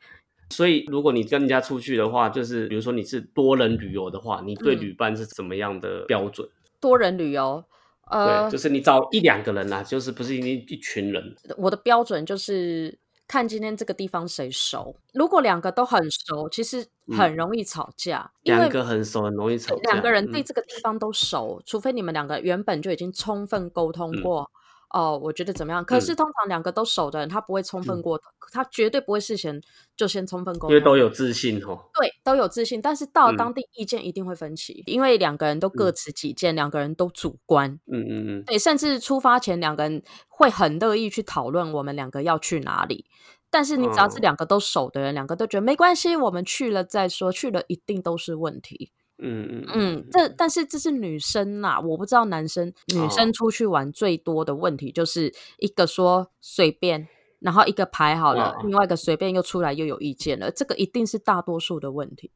C: 所以，如果你跟人家出去的话，就是比如说你是多人旅游的话，你对
B: 嗯
C: 旅伴是怎么样的标准？
B: 多人旅游，呃
C: 对，就，是你找一两个人啦、就是不是一定一群人，
B: 我的标准就是看今天这个地方谁熟。如果两个都很熟，其实很
C: 嗯
B: 容易吵架，因为
C: 两个很熟很容易吵架。
B: 两个人对
C: 嗯
B: 这个地方都熟，除非你们两个原本就已经充分沟通
C: 嗯
B: 过。哦，我觉得怎么样？可是通常两个都熟的人，他不会充分
C: 嗯
B: 过，他绝对不会事先就先充分沟
C: 因为
B: 通
C: 都。有自信哦。
B: 对，都有自信，但是到
C: 嗯
B: 当地意见一定会分歧，因为两个人都各
C: 嗯
B: 持己见，两个人都主观。
C: 嗯嗯嗯，
B: 对，甚至出发前两个人会很乐意去讨论我们两个要去哪里。但是你只要是
C: 哦
B: 两个都熟的人，两个都觉得没关系，我们去了再说，去了一定都是问题。
C: 嗯嗯
B: 嗯，这但是这是女生啦，我不知道男生女生
C: 哦
B: 出去玩最多的问题就是一个说随便，然后一个排好了，
C: 啊
B: 另外一个随便又出来又有意见了，这个一定是大多数的问题，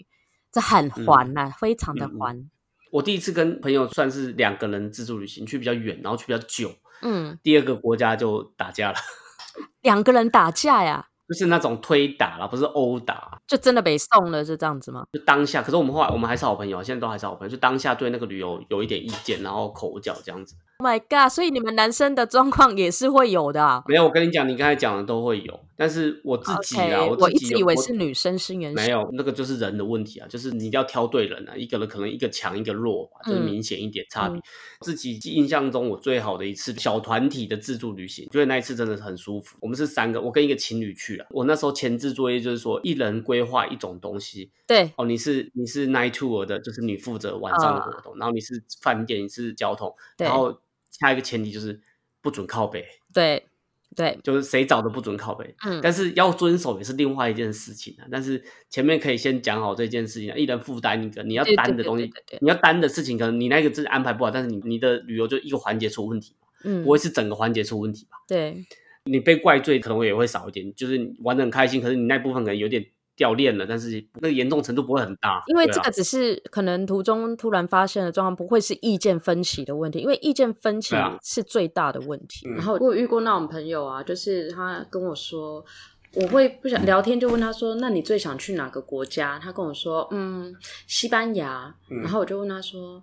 B: 这很
C: 嗯
B: 烦呐、非常的
C: 嗯嗯
B: 烦。
C: 我第一次跟朋友算是两个人自助旅行，去比较远，然后去比较久，
B: 嗯，
C: 第二个国家就打架了，
B: 两个人打架呀，
C: 就是那种推打啦，不是殴打，
B: 就真的被送了，是这样子吗？
C: 就当下。可是我们后来我们还是好朋友，现在都还是好朋友，就当下对那个旅游有一点意见，然后口角这样子。
B: Oh my god！所以你们男生的状况也是会有的、啊。
C: 没有，我跟你讲，你刚才讲的都会有，但是我自己啦
B: OK，我
C: 自
B: 一
C: 己
B: 直
C: 有
B: 以为
C: 我
B: 是女生心源
C: 没有，那个就是人的问题啊，就是你一定要挑对人啊，一个人可能一个强一个弱吧，就是
B: 嗯
C: 明显一点差别。
B: 嗯
C: 自己印象中我最好的一次小团体的自助旅行，觉得那一次真的很舒服。我们是三个，我跟一个情侣去啊，我那时候前置作业就是说一人规划一种东西，
B: 对，
C: 哦，你是你是 night tour 的，就是你负责晚上的活动，然后你是饭店，你是交通，
B: 啊对
C: 然后下一个前提就是不准靠北，
B: 对，对，
C: 就是谁找的不准靠北。
B: 嗯，
C: 但是要遵守也是另外一件事情啊。但是前面可以先讲好这件事情、啊，一人负担一个，你要
B: 对对
C: 担
B: 对
C: 的东
B: 对
C: 西
B: 对对，
C: 你要担的事情，可能你那个真的安排不好，但是你你的旅游就一个环节出问题嘛，
B: 嗯
C: 不会，是整个环节出问题吧？
B: 对，
C: 你被怪罪可能也会少一点，就是你玩的很开心，可是你那部分可能有点掉链了，但是那个严重程度不会很大，
B: 因为
C: 对
B: 这
C: 啊
B: 个只是可能途中突然发现的状况，不会是意见分歧的问题，因为意见分歧
C: 对啊
B: 是最大的问题。
F: 嗯
E: 然后我有遇过那种朋友啊，就是他跟我说，我会不
F: 嗯
E: 想聊天，就问他说：“那你最想去哪个国家？”他跟我说：“嗯，西班牙。”
F: 嗯
E: 然后我就问他说：“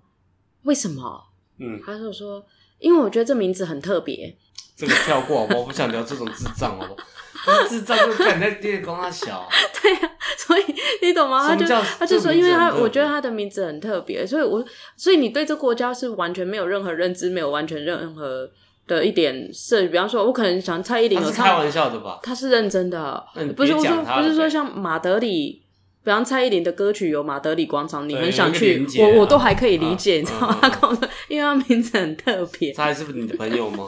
E: 为什么
F: 嗯？”，
E: 他就说：“因为我觉得这名字很特别。
F: 这个跳过好不好？我不想聊这种智障好不好？那智障就敢在电光 他小，”
E: 所以你懂吗？他啊就
F: 什么叫
E: 他就说，因为他
F: 这名字很特别
E: 我觉得他的名字很特别，所以我所以你对这国家是完全没有任何认知，没有完全任何的一点涉比方说，我可能想蔡依林
F: 他
E: 有
F: 是
E: 唱
F: 开玩笑的吧？
E: 他是认真的
F: 那你，
E: 不是
F: 别
E: 我
F: 讲
E: 说
F: 他
E: 不
F: 了
E: 是说
F: 呗
E: 像马德里，比方蔡依林的歌曲有马德里广场，你
F: 对
E: 很想
F: 有一个
E: 去
F: 连，结啊
E: 我我都还可以理解，
F: 嗯
E: 你知道吗
F: 嗯？
E: 他
F: 嗯
E: 跟我说， 因为他名字很特别。
F: 他还是你的朋友吗？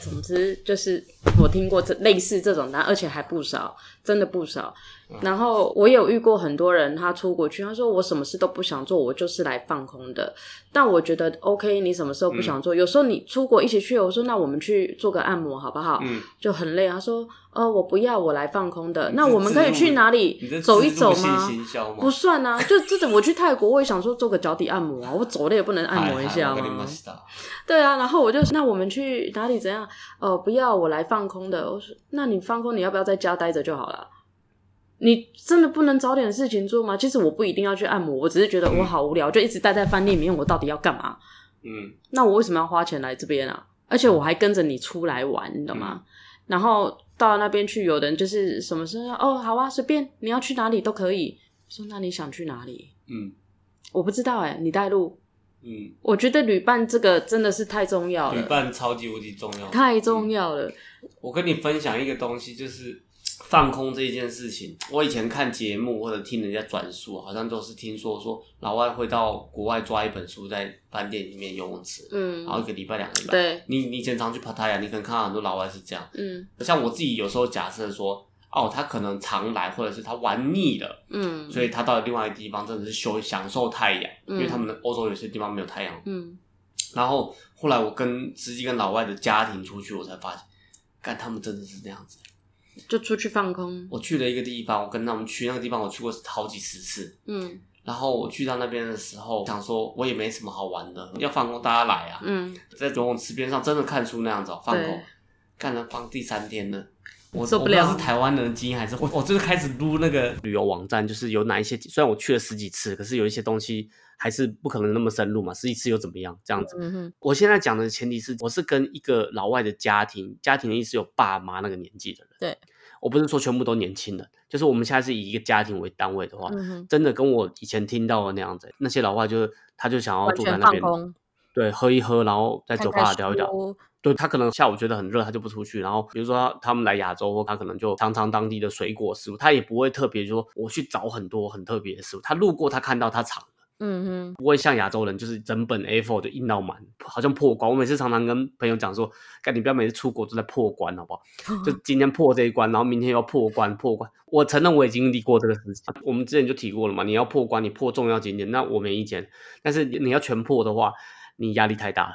E: 总之就是我听过这类似这种单，而且还不少，真的不少。
F: 嗯
E: 然后我有遇过很多人，他出国去，他说我什么事都不想做，我就是来放空的。但我觉得 OK，你什么时候不想
F: 嗯
E: 做？有时候你出国一起去，我说那我们去做个按摩好不好？
F: 嗯，
E: 就很累。他说：“呃，我不要，我来放空的。那
F: 这
E: 我们可以去哪
F: 你
E: 里
F: 这
E: 走一走
F: 自助
E: 吗
F: 性行销？”吗？
E: 不算啊，就这种我去泰国，我也想说做个脚底按摩啊，我走了也不能按摩一下
F: 嗨嗨
E: 吗？？
F: わかりました
E: 对啊，然后我就说那我们去哪里怎样？呃，不要，我来放空的。我说那你放空，你要不要在家待着就好了？你真的不能找点事情做吗？其实我不一定要去按摩，我只是觉得我好无聊，就一直待在饭店里面，我到底要干嘛？
F: 嗯，
E: 那我为什么要花钱来这边啊？而且我还跟着你出来玩，你懂吗？然后到那边去，有人就是什么事哦，好啊，随便你要去哪里都可以。我说那你想去哪里？
F: 嗯
E: 我不知道哎、你带路。
F: 嗯，
E: 我觉得旅伴这个真的是太重要
F: 旅
E: 了，
F: 伴超级无敌重要，
E: 太重要了。
F: 我跟你分享一个东西，就是放空这一件事情。我以前看节目或者听人家转述，好像都是听说说老外会到国外抓一本书在饭店里面游泳池，
E: 嗯
F: 然，后一个礼拜两个礼拜。
E: 对，
F: 你你以前常去帕塔亚，你可能看到很多老外是这样。
E: 嗯
F: 像我自己有时候假设说，哦，他可能常来，或者是他玩腻了，
E: 嗯，
F: 所以他到另外一个地方真的是休享受太阳，因为
E: 嗯
F: 他们的欧洲有些地方没有太阳。
E: 嗯，
F: 然后后来我跟司机跟老外的家庭出去，我才发现，干他们真的是这样子。
E: 就出去放空，
F: 我去了一个地方，我跟他们去那个地方，我去过好几十次。
E: 嗯
F: 然后我去到那边的时候，想说我也没什么好玩的，要放空大家来啊，
E: 嗯，
F: 在游泳池边上真的看书那样子、哦、放空
E: 对，
F: 干了放第三天了。我
E: 受
F: 我
E: 不
F: 知道
E: 了
F: 是台湾人的基因还是我，我就是开始撸那个旅游网站，就是有哪一些，虽然我去了十几次，可是有一些东西还是不可能那么深入嘛，十几次又怎么样？这样子，
B: 嗯哼，
C: 我现在讲的前提是，我是跟一个老外的家庭，家庭的意思有爸妈那个年纪的人。
B: 对，
C: 我不是说全部都年轻人，就是我们现在是以一个家庭为单位的话，
B: 嗯哼，
C: 真的跟我以前听到的那样子，那些老外就是他就想要
B: 完
C: 住在
B: 全
C: 那
B: 放
C: 边，
B: 空，
C: 对，喝一喝，然后在
B: 看
C: 酒
B: 看
C: 吧聊一聊。
B: 书
C: 对他可能下午觉得很热，他就不出去。然后比如说他他们来亚洲，他可能就尝尝当地的水果食物，他也不会特别说我去找很多很特别的食物。他路过他看到他尝，
B: 嗯
C: 不会像亚洲人就是整本 A4 就印到满，好像破关。我每次常常跟朋友讲说，干你不要每次出国都在破关好不好？
B: 哼，
C: 就今天破这一关，然后明天又破关破关。我承认我也经历过这个事情，我们之前就提过了嘛，你要破关，你破重要景点，那我没意见。但是你要全破的话，你压力太大了。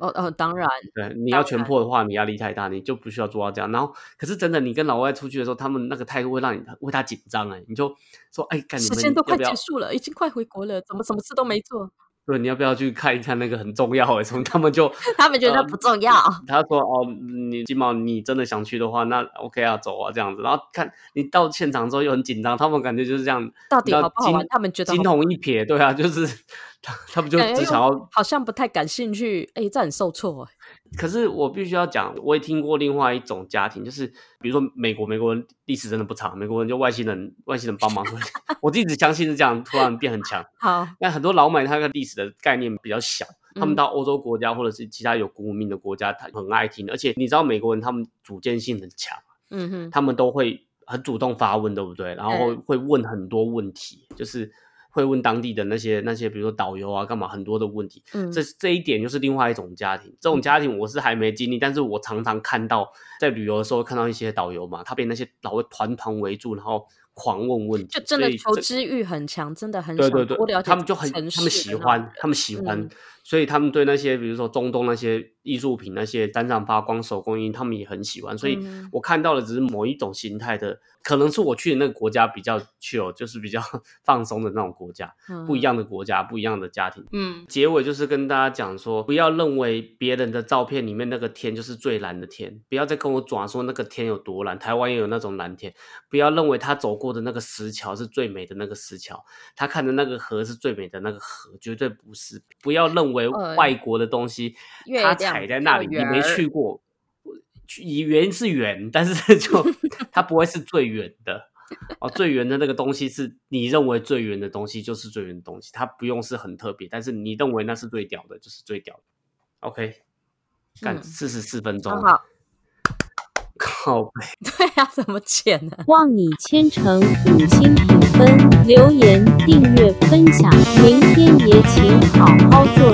B: 哦哦，当然，
C: 对，你要
B: 当
C: 全
B: 然
C: 破的话，你压力太大，你就不需要做到这样。然后，可是真的，你跟老外出去的时候，他们那个态度会让你为他紧张哎、你就说哎，干你
B: 时
C: 们
B: 间都
C: 要
B: 快
C: 不要
B: 结？束了，已经快回国了，怎么什么事都没 做？
C: 对，你要不要去看一看那个很重要哎、什么？ 他 们就
B: 他们觉得
C: 呃
B: 不重要，
C: 他说哦，你金毛，你真的想去的话，那 OK 啊，走啊这样子。然后看你到现场之后又很紧张，他们感觉就是这样，
B: 到底
C: 你知道
B: 好不好玩
C: 惊
B: 他们觉得
C: 惊
B: 好
C: 鸿一瞥，对啊，就是 他他们就
B: 感觉
C: 只
B: 又
C: 想要
B: 好像不太感兴趣，哎，这很受挫哎，
C: 可是我必须要讲，我也听过另外一种家庭，就是比如说美国，美国人历史真的不长，美国人就外星人，外星人帮忙， 我一直相信是这样，突然变很强。
B: 好，
C: 那很多老美他的历史的概念比较小，他们
B: 嗯
C: 到欧洲国家或者是其他有古文明的国家，他很爱听，而且你知道美国人他们主见性很强，
B: 嗯哼，
C: 他们都会很主动发问，对不对？然后会
B: 嗯
C: 会问很多问题，就是会问当地的那些那些，比如说导游啊，干嘛很多的问题。
B: 嗯，
C: 这这一点就是另外一种家庭。这种家庭我是还没经历，但是我常常看到在旅游的时候看到一些导游嘛，他被那些老外团团围住，然后狂问问题，
B: 就真
C: 所
B: 的
C: 以
B: 求
C: 这
B: 知欲很强，真的很
C: 对
B: 想
C: 对对
B: 多了，解
C: 他们
B: 这
C: 就
B: 个
C: 很
B: 城
C: 他们
B: 市
C: 喜
B: 的那
C: 欢
B: 种，
C: 他们喜欢，
B: 嗯
C: 所以他们对那些比如说中东那些艺术品、那些单上发光手工艺，他们也很喜欢。所以
B: 嗯
C: 我看到的只是某一种形态的，可能是我去的那个国家比较 chill，就是比较 放松的那种国家，不
B: 嗯
C: 一样的国家，不一样的家庭。
E: 嗯，
C: 结尾就是跟大家讲说，不要认为别人的照片里面那个天就是最蓝的天，不要再跟我转说那个天有多蓝，台湾也有那种蓝天，不要认为他走过的那个石桥是最美的那个石桥，他看的那个河是最美的那个河，绝对不是。不要认为
B: 呃
C: 外国的东西，
B: 月
C: 他
B: 亮
C: 踩在
B: 比
C: 那
B: 较
C: 里，你
B: 圆
C: 没
B: 儿
C: 去过，去圆是圆，但是 就它不会是最圆的。哦，最圆的那个东西是你认为最圆的东西，就是最圆的东西，它不用是很特别，但是你认为那是最屌的，就是最屌的。OK，干
B: 嗯
C: 四十四分钟
B: 很
C: 了，
B: 好，
C: 靠背，
B: 对呀，怎么剪呢？
G: 望你千诚五星评分、留言、订阅、分享。明天也请好好做